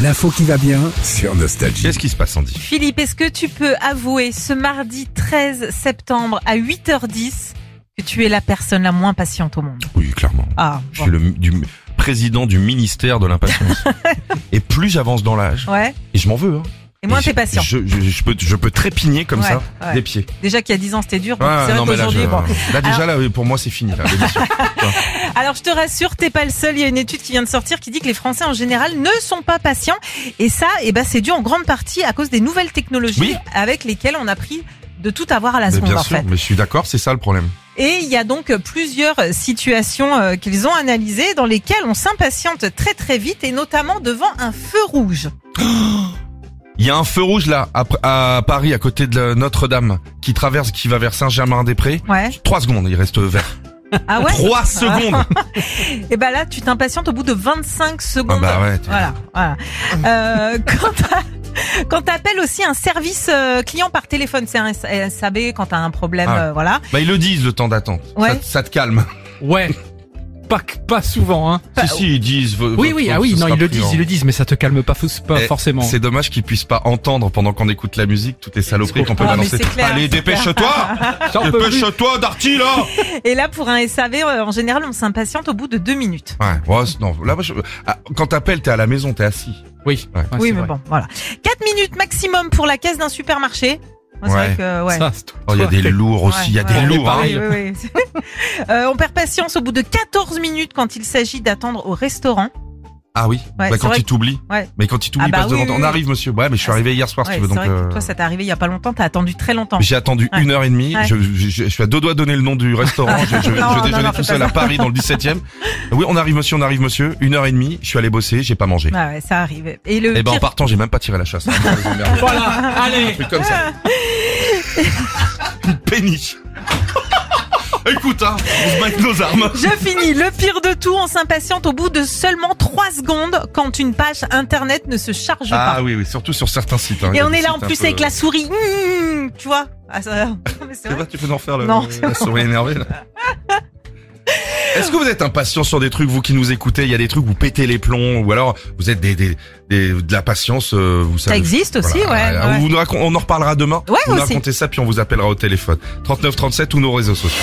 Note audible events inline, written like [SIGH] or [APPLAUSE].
L'info qui va bien sur Nostalgie. Qu'est-ce qui se passe, Andy Philippe, est-ce que tu peux avouer ce mardi 13 septembre à 8h10 que tu es la personne la moins patiente au monde Oui, clairement. Ah, Je bon. suis le du- président du ministère de l'impatience. et plus j'avance dans l'âge, ouais. et je m'en veux. Hein. Et moins Et je- t'es patient. Je, je- je peux, je peux trépigner comme Ouais, ça ouais. des pieds. Déjà qu'il y a 10 ans c'était dur, donc Ouais, c'est vrai non, mais là, qu'aujourd'hui. je- bon. là, déjà, là, pour moi, c'est fini. Là, l'émission. Alors je te rassure, t'es pas le seul. Il y a une étude qui vient de sortir qui dit que les Français en général ne sont pas patients. Et ça, eh ben, c'est dû en grande partie à cause des nouvelles technologies Oui. avec lesquelles on a pris de tout avoir à la Mais seconde bien en sûr, fait. mais je suis d'accord, c'est ça le problème. Et il y a donc plusieurs situations euh, qu'ils ont analysées dans lesquelles on s'impatiente très très vite et notamment devant un feu rouge. Il y a un feu rouge là, à, Pr- à Paris, à côté de la- Notre-Dame, qui traverse, qui va vers Saint-Germain-des-Prés. [LAUGHS] Ouais. Trois secondes, il reste vert. Ah ouais Trois secondes Et ben là, tu t'impatientes au bout de 25 Ah secondes. bah ouais, t'es- Voilà, [LAUGHS] voilà. Euh, quand t'as- quand t'appelles aussi un service euh, client par téléphone, c'est un SAB quand t'as un problème, Ah ouais. euh, voilà. Bah, ils le disent, le temps d'attente. Ça- Ouais. Ça, te calme. Ouais. Pas, pas souvent, hein. si, si, ils disent. v- Oui, votre oui, faute, ah oui, ce non, sera ils le pris disent, en- ils le disent, mais ça te calme pas, fous- pas Eh, forcément. C'est dommage qu'ils puissent pas entendre pendant qu'on écoute la musique toutes les saloperies qu'on peut Ah, mais balancer. c'est clair, Allez, c'est Ah, clair. Ah, dépêche-toi J'en peux plus. Dépêche-toi, Darty, là Et là, pour un SAV, euh, en général, on s'impatiente au bout de deux minutes. Ouais, ouais, c'est- non, là, moi, je- ah, quand t'appelles, t'es à la maison, t'es assis. Oui, Ouais. ouais, oui, c'est mais vrai. bon, voilà. Quatre minutes maximum pour la caisse d'un supermarché. Moi, c'est Ouais. vrai que, ouais. Ça, c'est tout. Oh, il y a des lourds aussi, il y a Ouais, des ouais, lourds, hein. pareil, ouais, ouais. [LAUGHS] Euh, on perd patience au bout de 14 minutes quand il s'agit d'attendre au restaurant. Ah oui, Ouais, bah, c'est quand vrai ils t'oublient. Ouais. Mais quand ils t'oublient, Ah bah ils passent oui, devant toi. oui, On oui. arrive, monsieur. Ouais, mais je suis Ah, arrivé hier soir, si Ouais, tu c'est veux. Donc, vrai que euh, toi, ça t'est arrivé il y a pas longtemps, t'as attendu très longtemps. J'ai attendu Ouais. une heure et demie. Ouais. Je, je- je- je suis à deux doigts de donner le nom du restaurant. je, je- je Non, non, déjeunais non, tout fais seul pas à Paris dans le 17 e Oui, on arrive, monsieur, on arrive, monsieur. Une heure et demie. Je suis allé bosser, j'ai pas mangé. Ah ouais, ça arrive. Et le Et ben, en pire- partant, j'ai même pas tiré la chasse. hein. Voilà, allez. Un truc comme ça. Une péniche. Écoute, hein, on se bat avec nos armes. [LAUGHS] Je finis. Le pire de tout, on s'impatiente au bout de seulement 3 secondes quand une page internet ne se charge Ah pas. oui, oui, surtout sur certains sites. hein. Il y Et a on des est là en sites un plus peu- avec la souris. Mmh, tu vois Ah, ça- [LAUGHS] Non, mais c'est C'est vrai. vrai, tu peux en faire le, Non, le- c'est la souris énervée, là. Est-ce que vous êtes impatient sur des trucs, vous qui nous écoutez Il y a des trucs, vous pétez les plombs, ou alors vous êtes des, des, des- de la patience, euh, vous savez. Ça existe aussi, Voilà, Ah, ouais. ouais. Vous nous racon- on en reparlera demain. Ouais, vous nous aussi. racontez ça, puis on vous appellera au téléphone. 3937 ou nos réseaux sociaux.